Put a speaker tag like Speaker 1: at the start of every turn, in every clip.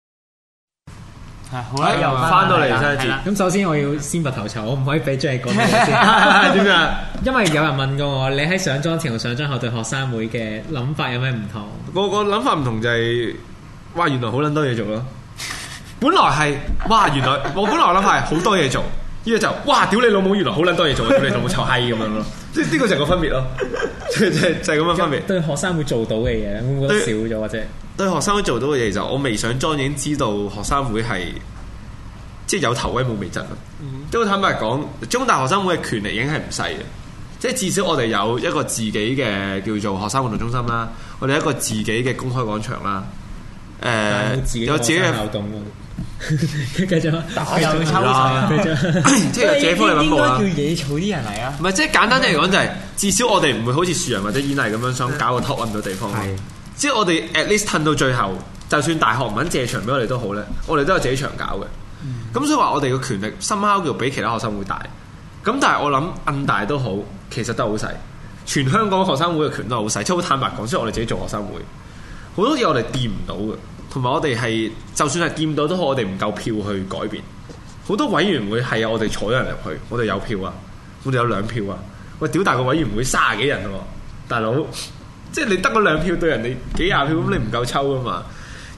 Speaker 1: 啊
Speaker 2: 係好啦，又
Speaker 3: 哎返到嚟
Speaker 1: 係啦
Speaker 3: 上一節
Speaker 1: 係啦
Speaker 3: 咁首先我要先拔頭籌，我唔可以俾 Jack 講 嘢 先。點啊？因為有人問過我，你喺上妝前同上妝後對學生會嘅諗法有咩唔同？
Speaker 4: 我個諗法唔同就係，哇！原來好撚多嘢做咯。本來係，哇！原來 我本來諗法係好多嘢做，呢個就哇！屌你老母，原來好撚多嘢做，屌你老母臭閪咁樣咯。即係呢個就係個分別咯，即係即係就係咁樣分別。
Speaker 3: 對學生會做到嘅嘢，會唔會覺得少咗或者？
Speaker 4: 對學生會做到嘅嘢，其實我未上莊已經知道學生會係即係有頭威冇尾陣啦。
Speaker 3: 嗯
Speaker 4: 即係好坦白講，中大學生會嘅權力已經係唔細嘅，即係至少我哋有一個自己嘅叫做學生活動中心啦，我哋有一個自己嘅公開廣場啦。誒、
Speaker 3: 有自己
Speaker 4: 有
Speaker 3: 嘅
Speaker 4: 自己
Speaker 3: 學
Speaker 4: 嘅
Speaker 3: 生，活動喎。 繼續啊，
Speaker 1: 打又抽水
Speaker 4: 啦
Speaker 1: 啊
Speaker 3: 繼！續啊。
Speaker 4: 即係有自己福利
Speaker 1: 應
Speaker 4: 分
Speaker 1: 該
Speaker 4: 部啦
Speaker 1: 叫。野草啲人嚟啊！
Speaker 4: 唔係，即係簡單啲嚟講，就係至少我哋唔會好似樹人或者演藝咁樣想搞個 top 揾唔到地方。
Speaker 3: 係
Speaker 4: 即係我哋 at least 褪到最後，就算大學唔肯借場俾我哋都好咧，我哋都有自己場搞嘅。咁、所以話我哋嘅權力 somehow 叫比其他學生會大。咁但係我諗摁大都好，其實都係好細。全香港學生會嘅權都係好細，即係好坦白講，雖然我哋自己做學生會，好多嘢我哋掂唔到嘅，同埋我哋係就算係掂到都好，我哋唔夠票去改變。好多委員會係我哋坐咗人入去，我哋有票啊，我哋有兩票啊。喂，屌大個委員會卅幾人喎、大佬，即係你得嗰兩票對人哋幾廿票，咁你唔夠抽噶嘛？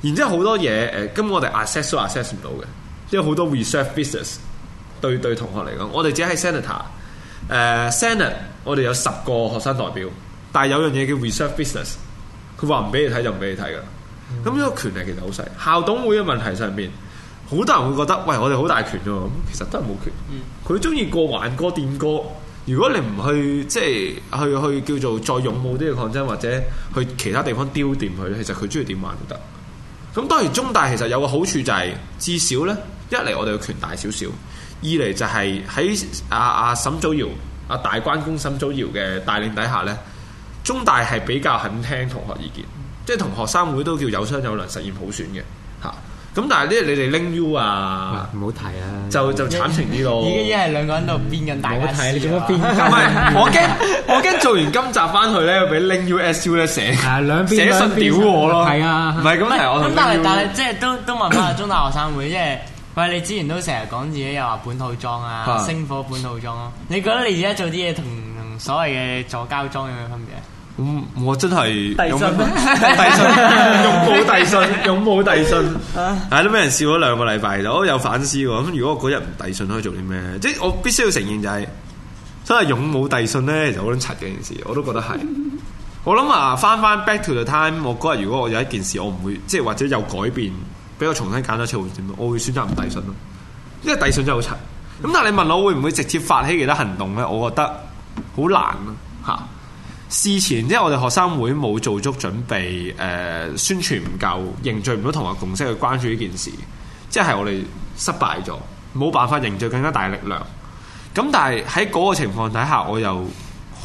Speaker 4: 然之後好多嘢誒，呃根本我哋 access 都 access 唔到嘅，因為好多 reserve business 對對同學嚟講，我哋只係 senator 誒、senate，我哋有十個學生代表，但係有樣嘢叫 reserve business，佢話唔俾你睇就唔俾你睇噶啦。咁呢個權力其實好細，校董會嘅問題上面，好多人會覺得喂我哋好大權喎，咁其實都係冇權。佢中意過環歌掂歌，如果你唔去即係去去叫做再勇武啲嘅抗爭，或者去其他地方丟掂佢咧，其實佢中意點玩都得。咁當然中大其實有個好處就係、至少呢，一嚟我哋嘅權大少少，二嚟就係喺阿阿沈祖堯、阿、大關公沈祖堯嘅帶領底下呢，中大係比較肯聽同學意見，即係同學生會都叫有商有量實現普選嘅嚇。咁、但係呢，你哋拎 U 啊，
Speaker 2: 唔好提啊！
Speaker 4: 就就慘情啲咯。
Speaker 1: 已經一係兩個人喺度邊緊大
Speaker 3: 唔好
Speaker 1: 家事啊
Speaker 3: 睇，你做哦乜邊
Speaker 4: 唔係，我驚我驚做完今集翻去咧，俾拎 USU 咧寫
Speaker 3: 啊兩邊
Speaker 4: 寫信屌我咯。
Speaker 3: 係啊
Speaker 4: 唔係咁係我
Speaker 1: 咁
Speaker 4: 同
Speaker 1: 但係
Speaker 4: Ling Yu-
Speaker 1: 但係即係都都問翻下中大學生會，即係喂你之前都成日講自己又話本土裝啊，
Speaker 4: 啊
Speaker 1: 星火本土裝咯，你覺得你而家做啲嘢同同所謂嘅左膠裝有咩分別啊？
Speaker 4: 咁嗯我真係遞
Speaker 1: 信
Speaker 4: 遞信， 勇武遞信，勇武遞信，係都俾人笑咗兩個禮拜，其實我有反思喎。咁如果我嗰日唔遞信，可以做啲咩？即係我必須要承認就係、真係勇武遞信咧，其實好撚柒嘅件事，我都覺得係。我諗啊，翻翻 back to the time，我嗰日如果我有一件事，我唔會即係或者有改變，俾我重新揀多次會點？我會選擇唔遞信咯，因為遞信真係好柒。咁但係你問我會唔會直接發起其他行動咧？我覺得好難啊嚇。事前因為我哋學生會冇做足準備，誒、呃宣傳唔夠，凝聚唔到同學共識去關注呢件事，即係我哋失敗咗，冇辦法凝聚更加大力量。咁但係喺嗰個情況底下，我又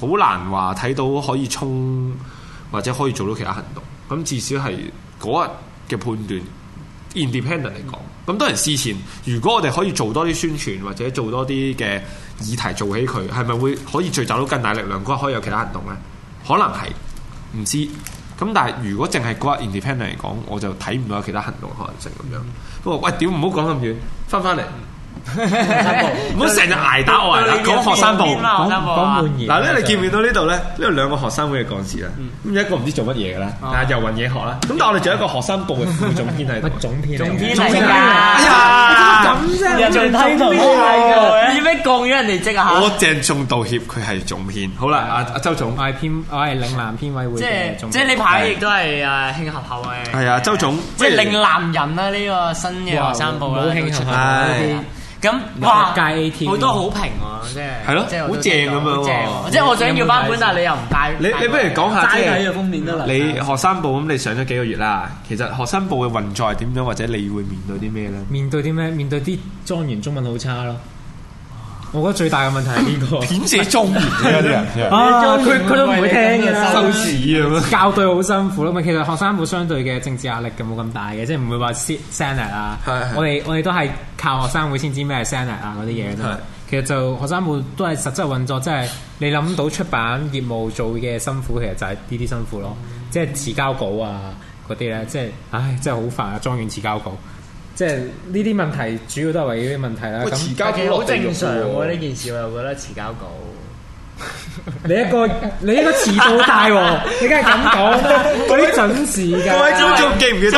Speaker 4: 好難話睇到可以衝或者可以做到其他行動。咁至少係嗰日嘅判斷 independent 嚟講。咁當然事前，如果我哋可以做多啲宣傳或者做多啲嘅議題做起佢，係咪會可以聚集到更大力量？嗰日可以有其他行動呢？可能係唔知。咁但係如果淨係嗰日 independent 嚟講，我就睇唔到有其他行動可能性咁樣。不過喂，屌唔好講咁遠，翻返嚟。唔好成日挨打我
Speaker 1: 到
Speaker 4: 係
Speaker 1: 你
Speaker 4: 啦，講學生部。
Speaker 1: 邊啦
Speaker 3: 講
Speaker 1: 學生部啊
Speaker 3: 講半年。
Speaker 4: 嗱咧，你見唔見到呢度咧？呢度兩個學生會嘅幹事啦，咁有一個唔知做乜嘢嘅啦，
Speaker 1: 哦
Speaker 4: 啊遊魂野學啦。咁但係我哋仲有一個學生部嘅副總編喺度
Speaker 3: 乜。 總編嚟㗎？
Speaker 1: 總編
Speaker 3: 總
Speaker 1: 嚟㗎
Speaker 4: 哎呀，咁
Speaker 1: 人哋睇到 嘅，要咩降咗人哋職啊
Speaker 4: 我？鄭重道歉，佢係總編。好啦，阿阿周總，
Speaker 3: 我係編，我係嶺南編委會
Speaker 1: 即
Speaker 3: 嘅
Speaker 1: 係
Speaker 3: 總編。
Speaker 1: 即係呢排亦都係誒慶合後嘅。
Speaker 4: 係啊，周總，
Speaker 1: 即係令男人啦，呢個新嘅學生部啦，啊
Speaker 3: 哇冇興趣
Speaker 1: 都出
Speaker 4: 唉
Speaker 1: 咁
Speaker 3: 落
Speaker 1: 哇，
Speaker 3: 街添
Speaker 1: 好多好評喎，即係
Speaker 4: 係咯
Speaker 1: 即係我都
Speaker 4: 好正咁樣喎
Speaker 1: 好正喎即係我想要版本，但係你又唔帶。
Speaker 4: 你你不如講下即
Speaker 1: 齋睇
Speaker 4: 係
Speaker 1: 個封面得啦
Speaker 4: 你學生部咁，你上咗幾個月啦。其實學生部嘅運作係點樣，或者你會面對啲咩咧？
Speaker 3: 面對啲咩？面對啲莊園中文好差咯。我覺得最大嘅問題係呢個。
Speaker 4: 顯示中年嘅有啲人真係
Speaker 3: 啊！佢佢都 唔會聽嘅，
Speaker 4: 收市咁樣。
Speaker 3: 校對好辛苦咯，咪其實學生會相對嘅政治壓力嘅冇咁大嘅，即係唔會話 sit senate 啊
Speaker 4: 係係，
Speaker 3: 我哋我哋都係靠學生會先知咩係 senate 啊嗰啲嘢啫嘛
Speaker 4: 係。
Speaker 3: 其實就學生會都係實質運作，即係你諗到出版業務做嘅辛苦，其實就係呢啲辛苦咯，即係遲交稿啊嗰啲咧，即係唉真係好煩啊！莊園遲交稿，即係呢啲問題主要都係圍繞呢啲問題啦。
Speaker 4: 喂
Speaker 3: 咁
Speaker 4: 遲交
Speaker 1: 但其
Speaker 4: 稿
Speaker 1: 實好
Speaker 4: 落地
Speaker 1: 正
Speaker 4: 獄
Speaker 1: 常
Speaker 4: 喎
Speaker 1: 喎呢件事，我又覺得遲交稿。
Speaker 3: 你一個你一個遲到大 王，你梗係咁講啦，嗰啲準時
Speaker 4: 各位
Speaker 3: 㗎。
Speaker 4: 觀眾記唔 記得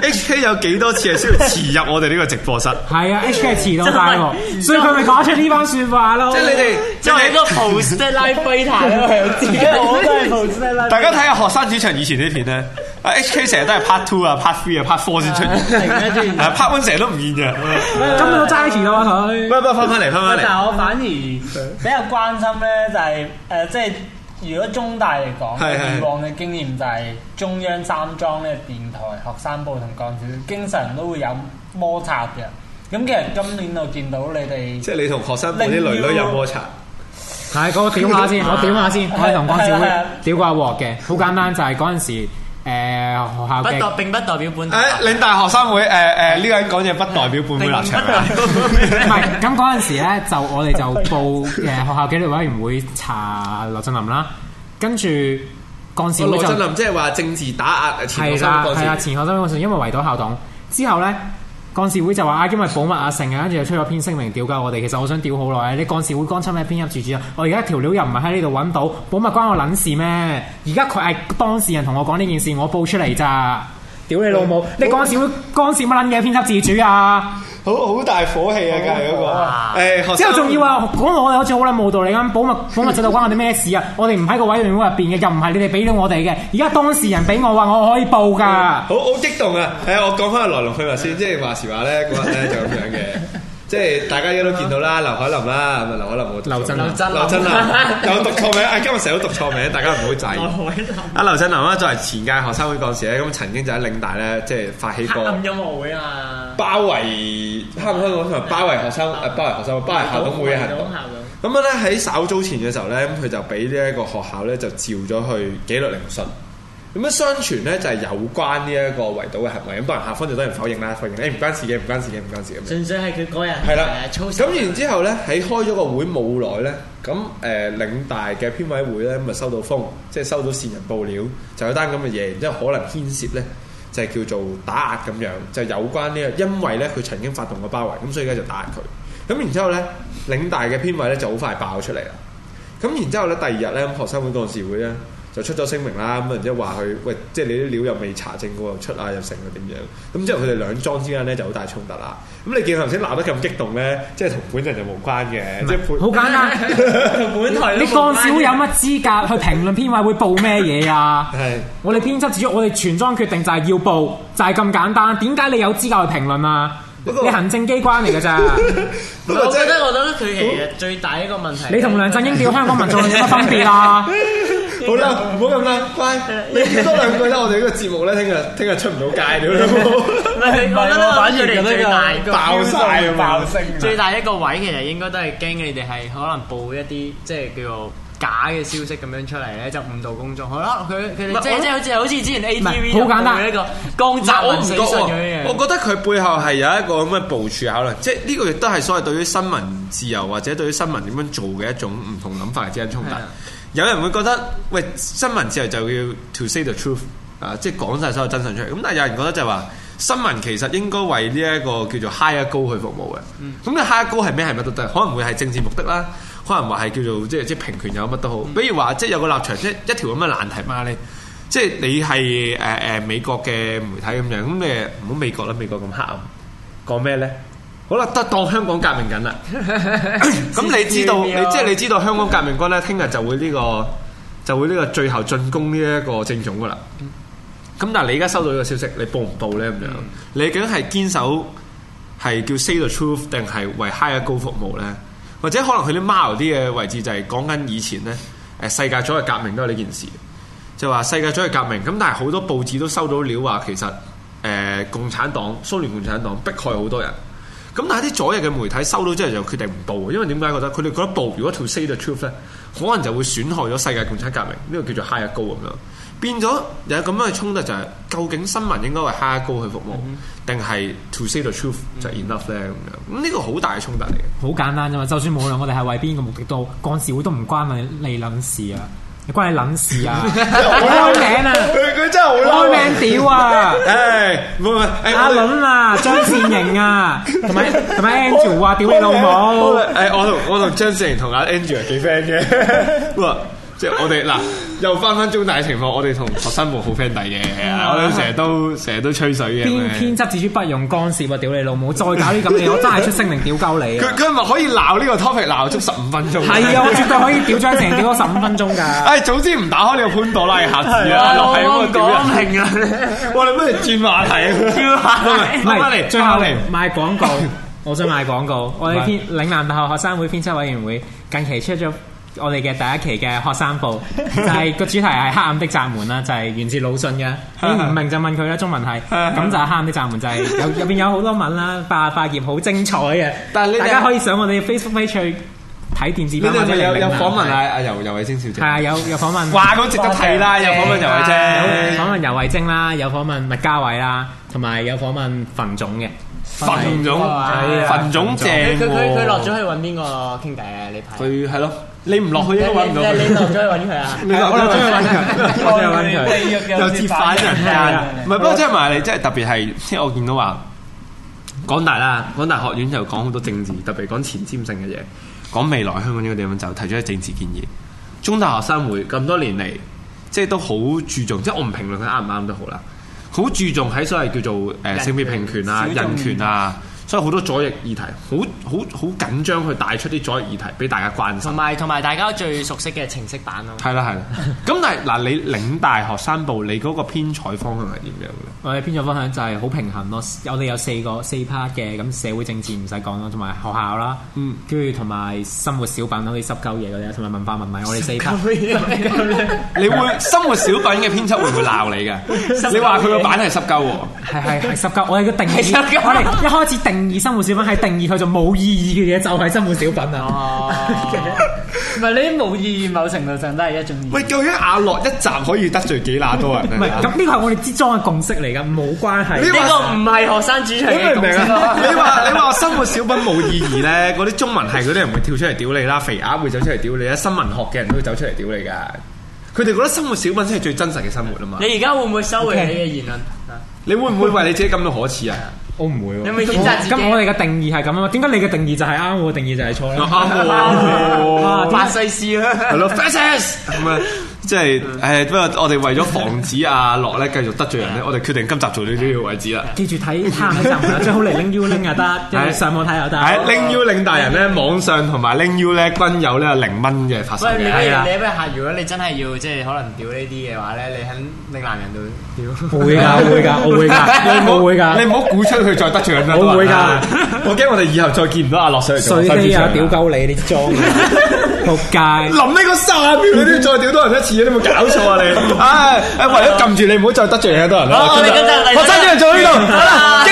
Speaker 4: HK 有幾多次係需要遲入我哋呢個直播室？
Speaker 3: 係啊，H K 係遲到大王，所以佢咪講出呢番説話咯。
Speaker 4: 即係你哋，即
Speaker 1: 作為
Speaker 4: 係
Speaker 1: 一
Speaker 4: 你
Speaker 1: 個 post deadline fighter 咯，係自己我都係 post deadline。
Speaker 4: 大家睇下學生主場以前啲片咧啊，HK 成日都係 part two 啊、part three 啊、part four 先出現，
Speaker 1: 突然間出 現
Speaker 4: 啊 part one 成日都唔見 嘅。唔
Speaker 3: 今日都齋遲 到啊佢。
Speaker 4: 不不，翻返嚟，翻
Speaker 2: 但
Speaker 4: 返嚟。
Speaker 2: 係我反而比較關心咧，就係、誒、即係如果中大嚟講，
Speaker 4: 係係
Speaker 2: 以往嘅經驗就係中央三莊呢個電台學生部同幹事，經常都會有摩擦嘅。咁其實今年我見到你哋
Speaker 4: 即係你同學生部啲女女有摩擦，
Speaker 3: 係，嗰個屌下先，我屌下先，我係同江少會屌過一鑊嘅，好簡單就係嗰陣時誒學校
Speaker 1: 不代
Speaker 3: 嘅，
Speaker 1: 並不代表本台。
Speaker 4: 誒，領大學生會誒誒呢個人講嘢不代表本會立場 啊。
Speaker 3: 唔 係咁嗰陣時咧，就我哋就報誒學校紀律委員會查劉振林啦，跟住幹事會
Speaker 4: 羅哦振
Speaker 3: 就
Speaker 4: 林即係話政治打壓前學
Speaker 3: 係
Speaker 4: 生
Speaker 3: 啦
Speaker 4: 嗰
Speaker 3: 係啦，
Speaker 4: 時，
Speaker 3: 前學生嗰陣因為圍堵校董之後咧。幹事會就話啊，因為保密啊，成啊，跟住又出咗篇聲明屌鳩我哋。其實我想屌好耐，你幹事會干侵咩編入住主任？啊我而家條料又唔係喺呢度揾到，保密關我撚事咩？而家佢係當事人同我講呢件事，我報出嚟咋？屌你老
Speaker 4: 哦
Speaker 3: 母！你幹事會干涉乜撚嘢編輯自主啊？
Speaker 4: 好好大火氣啊！梗係嗰
Speaker 1: 哇
Speaker 4: 個誒學生
Speaker 3: 之後仲要話講到我哋好似好撚無道理咁，保密 保密制度關我哋咩事啊？我哋唔喺個委員會入邊嘅，又唔係你哋俾到我哋嘅。而家當事人俾我話，我可以報㗎。
Speaker 4: 好好激動啊！係啊，我講翻來龍去脈先，即係話時話咧，嗰日咧就咁 樣嘅，即係大家應該都見到啦，劉海林啦，咁啊劉海林我
Speaker 3: 劉振林
Speaker 4: 劉振林，劉振林 有讀錯名，啊今日成日都讀錯名，大家唔好 制。阿劉振林啦，作為前屆學生會幹事咧，咁曾經就喺領大咧，即係發起過
Speaker 1: 音樂會啊，
Speaker 4: 包圍香港香港同埋包圍學生誒包圍學生呃包圍校董會嘅行動。咁樣咧喺稍早前嘅時候咧，咁佢就俾呢一個學校咧就召咗去紀律聆訊。咁樣相傳咧就係有關呢一個圍堵嘅行為，咁當然校方就當然否認啦，否認誒唔關事嘅，唔關事嘅，唔關事咁樣。
Speaker 1: 純粹係啊佢個人
Speaker 4: 係啦，
Speaker 1: 誒操守
Speaker 4: 咁然之後咧喺開咗個會冇耐咧，咁誒領大嘅編委會咧咁咪啊收到風，即係收到線人報料，就有單咁嘅嘢，然之後可能牽涉咧就係叫做打壓咁樣，就有關呢、個，因為咧佢曾經發動過包圍，咁所以而家就打壓佢。咁然之後咧，領大嘅編委咧就好快爆出嚟啦。咁然之後咧，第二日咧，咁學生會幹事會咧就出咗聲明啦，咁然之後話佢喂，即係你啲料又未查證過，又出啊又成啊點樣？咁之後佢哋兩莊之間咧就好大衝突啦。咁你見頭先鬧得咁激動咧，即係同本人就無關嘅，即係本
Speaker 3: 好簡單，
Speaker 1: 本台
Speaker 3: 你幹事會有乜資格去評論編委會報咩嘢啊？
Speaker 4: 係
Speaker 3: 我哋編輯指出，我哋全莊決定就係要報，就係、咁簡單。點解你有資格去評論啊？
Speaker 4: 不過
Speaker 3: 你行政機關嚟㗎咋？
Speaker 4: 不過
Speaker 1: 我
Speaker 4: 真
Speaker 1: 覺
Speaker 4: 啊係
Speaker 1: 得我覺得佢其實最大一個問題，
Speaker 3: 你同梁振英屌香港民眾有乜分別啊？
Speaker 4: 好啦，唔好咁啦，乖，你多兩句啦。我哋呢個節目咧，聽日聽日出唔到街屌
Speaker 1: 唔
Speaker 4: 你
Speaker 1: 係我覺得
Speaker 2: 反而
Speaker 1: 佢哋最大一個
Speaker 4: 爆晒啊嘛
Speaker 2: 爆聲
Speaker 1: 最大一個位其實應該都係驚你哋係可能報一啲即係叫做假嘅消息咁樣出嚟咧，就誤導公眾。好啦，佢佢哋即係即係好似好似之前 ATV
Speaker 3: 唔係好簡單
Speaker 1: 一個江
Speaker 4: 嗱，
Speaker 1: 澤
Speaker 4: 我唔
Speaker 1: 民死
Speaker 4: 覺
Speaker 1: 訊咁樣
Speaker 4: 喎，我
Speaker 1: 樣。
Speaker 4: 覺得佢背後係有一個咁嘅部署考慮，即係呢個亦都係所謂對於新聞自由或者對於新聞點樣做嘅一種唔同諗法之間衝突
Speaker 1: 係啊。
Speaker 4: 有人會覺得，喂，新聞自由就要 to say the truth 啊，即係講晒所有真相出嚟。咁但係有人覺得就係話，新聞其實應該為呢一個叫做 higher goal 去服務嘅。咁你 higher goal 係咩？係乜都得，可能會係政治目的啦，可能話係叫做即係即係平權有乜都好。比如話，即係有個立場，即係一條咁嘅難題嘛，你。即係你係誒誒美國嘅媒體咁樣，咁你唔好美國啦，美國咁黑暗，講咩咧？好啦，得當香港革命緊啦。咁你知道，你即係你知道香港革命軍咧，聽日就會呢、個就會呢個最後進攻呢一個政總噶啦。咁但係你而家收到呢個消息，你報唔報咧咁樣？你究竟係堅守係叫 say the truth 定係為 higher 高服務咧？或者可能佢啲 mile 啲嘅位置就係講緊以前咧，誒世界左翼革命都係呢件事。就話世界左翼革命，咁但係好多報紙都收到料話，其實誒、呃共產黨、蘇聯共產黨迫害好多人。咁但係啲左翼嘅媒體收到之後就決定唔報，因為點解覺得佢哋覺得報如果 to say the truth 咧，可能就會損害咗世界共產革命呢、個叫做 higher 啊 goal 咁樣，變咗有咁樣嘅衝突就係、究竟新聞應該為 higher goal 去服務，定係、to say the truth 就 enough 咧咁樣？咁呢個好大嘅衝突嚟嘅。
Speaker 3: 好簡單啫嘛，就算無論我哋係為邊個目的都好，幹事會都唔關你你撚事啊！關你撚事啊！開名啊！
Speaker 4: 佢佢真係好嬲啊！
Speaker 3: 開名屌啊！
Speaker 4: 誒，唔係唔係，誒
Speaker 3: 阿
Speaker 4: 我哋
Speaker 3: 倫啊，張善瑩啊，同埋同埋 Andrew 啊，屌你老母！
Speaker 4: 誒，我同我同張智瑩同阿 Andrew 係幾 friend 嘅，哇！即係我哋嗱，又翻翻中大嘅情況，我哋同學生部好 friend 底嘅，我哋成日都成日都吹水嘅。
Speaker 3: 編編輯自主不容干涉啊！屌你老母！再搞呢咁嘅嘢，我真係出聲明屌鳩你
Speaker 4: 佢
Speaker 3: 啊！
Speaker 4: 佢係咪可以鬧呢個 topic 鬧足十五分鐘？
Speaker 3: 係啊，我絕對可以屌張成屌咗十五分鐘㗎。
Speaker 4: 唉，早知唔打開呢個潘朵拉嘅盒子
Speaker 1: 啊
Speaker 4: 啊！落喺嗰
Speaker 1: 我
Speaker 4: 個屌人
Speaker 1: 講明啊，
Speaker 4: 我哋不如轉話題啊！
Speaker 1: 轉話題
Speaker 4: 唔
Speaker 3: 唔
Speaker 4: 係翻
Speaker 3: 係，
Speaker 4: 嚟，
Speaker 3: 最後
Speaker 4: 翻嚟。
Speaker 3: 賣廣 告，我想賣廣告。我哋
Speaker 4: 唔係
Speaker 3: 編嶺南大學學生會編輯委員會近期出咗我哋嘅第一期嘅學生 報，就係個主題係黑暗的閘門啦，就係源自魯迅 嘅。你唔明就問佢啦，中文係咁就係黑暗的閘門，就係有入邊有好多文啦，八十八頁好精彩嘅。
Speaker 4: 但係你哋
Speaker 3: 大家可以上我哋嘅 Facebook page 去睇電視
Speaker 4: 你
Speaker 3: 版
Speaker 4: 哋
Speaker 3: 或者
Speaker 4: 咪
Speaker 3: 零
Speaker 4: 有
Speaker 3: 零
Speaker 4: 有
Speaker 3: 版
Speaker 4: 訪問啊？阿游游慧晶小姐
Speaker 3: 係，啊，有有訪問。
Speaker 4: 哇！咁值得睇啦，有訪問游慧
Speaker 3: 有
Speaker 4: 晶，
Speaker 3: 訪問游慧晶啦，有訪問麥嘉偉啦，同埋有訪問馮總嘅。
Speaker 4: 馮總，
Speaker 1: 係啊
Speaker 4: 馮哎總正
Speaker 1: 佢佢佢佢落咗
Speaker 4: 喎。
Speaker 1: 去揾邊個傾偈啊？你排
Speaker 4: 佢係咯，你唔落去
Speaker 1: 你
Speaker 4: 應該揾唔到
Speaker 1: 你你
Speaker 4: 佢。
Speaker 1: 落咗去揾佢 啊？
Speaker 4: 你落
Speaker 3: 我落咗去揾
Speaker 4: 去
Speaker 3: 佢，我落咗去揾佢。
Speaker 4: 有折返人間。唔係，不過即係埋你，即係特別係，即係我見到話港大啦，港大學院就講好多政治，特別講前瞻性嘅嘢，講未來香港應該點樣走，提出啲政治建議。中大學生會咁多年嚟，即係都好注重，即係我唔評論佢啱唔啱都好啦，好注重喺所謂叫做誒、呃、性別平權啊、
Speaker 2: 小眾
Speaker 4: 人權啊，所以好多左翼議題，好好好緊張去帶出啲左翼議題俾大家關心
Speaker 1: 同。埋同埋大家最熟悉嘅程式版咯。
Speaker 4: 係啦係啦，咁但係嗱，你領大學生部，你嗰個編採方向係點樣嘅？
Speaker 3: 我哋編咗方向就係好平衡咯，我哋有四個四 part 嘅，咁社會政治唔使講啦，同埋學校啦，
Speaker 4: 嗯
Speaker 3: 跟住同埋生活小品好似濕鳩嘢嗰啲，啊同埋文化文藝，我哋四 part。
Speaker 4: 你會生活小品嘅編輯會唔會鬧你 嘅？你話佢個版係濕鳩喎，
Speaker 3: 係係係濕鳩，我哋嘅定義，
Speaker 1: 係濕鳩
Speaker 3: 我哋一開始定義生活小品係定義佢就冇意義嘅嘢，就係生活小品啊！
Speaker 1: 哦，
Speaker 2: 唔係呢啲冇意義，某程度上都係一種意義。
Speaker 4: 喂，究竟阿樂一集可以得罪幾乸多人啊
Speaker 3: 唔係，咁呢個係我哋之中嘅共識嚟㗎，冇關係。
Speaker 4: 呢
Speaker 1: 呢個唔係學生主場
Speaker 4: 你
Speaker 1: 嘅
Speaker 4: 明唔
Speaker 1: 公
Speaker 4: 明
Speaker 1: 司
Speaker 4: 啊？
Speaker 1: 咯。
Speaker 4: 你話你話生活小品冇意義咧，嗰啲中文系嗰啲人會跳出嚟屌你啦，肥鴨會走出嚟屌你啦，新聞學嘅人都會走出嚟屌你噶。佢哋覺得生活小品先係最真實嘅生活啊嘛。
Speaker 1: 你而家會唔會收回你嘅言論？
Speaker 4: 你會唔會為你自己感到可恥 啊？
Speaker 3: 我唔會喎。
Speaker 1: 你咪譴責自己
Speaker 3: 咁我哋嘅定義係咁啊嘛，點解你嘅定義就係啊啱，我嘅定義就係錯咧？
Speaker 4: 啊 啱喎。
Speaker 1: 法西斯
Speaker 4: 係
Speaker 1: 啦，
Speaker 4: 咯 f a s s 咁啊，即係誒，不過我哋為咗防止阿樂咧繼續得罪人咧，我哋決定今集做到呢個位置啦。
Speaker 3: 記住睇黑暗站啊，最好嚟拎 U 拎又得， 即係上網睇又
Speaker 4: 喺
Speaker 3: 得。
Speaker 4: 拎 U 領大人咧，網上同埋拎 U 咧均有呢個零蚊嘅發售
Speaker 1: 喂，你
Speaker 4: 嘅
Speaker 1: 不。
Speaker 3: 係啊
Speaker 1: 如你不如下，如果你真係要即係可能屌呢啲嘅話咧，你肯令男人度屌。
Speaker 4: 哦
Speaker 3: 會 㗎會㗎，我會㗎，我會
Speaker 4: 啊你
Speaker 3: 㗎。
Speaker 4: 唔好鼓吹佢再得罪人啦。
Speaker 3: 我會㗎
Speaker 4: 多人啊我驚我哋以後再見唔到阿樂上嚟做
Speaker 3: 水
Speaker 4: 新主
Speaker 3: 氣
Speaker 4: 持
Speaker 3: 啊
Speaker 4: 人，
Speaker 3: 屌！鳩你，你裝 嘅仆街。
Speaker 4: 臨呢個三秒你都要再屌多人一次，你有冇搞錯啊你？唉，唉為咗撳住你唔好再得罪太多人啦。
Speaker 1: 好我哋今集嚟到
Speaker 4: 學生主任做到呢度，好啦，激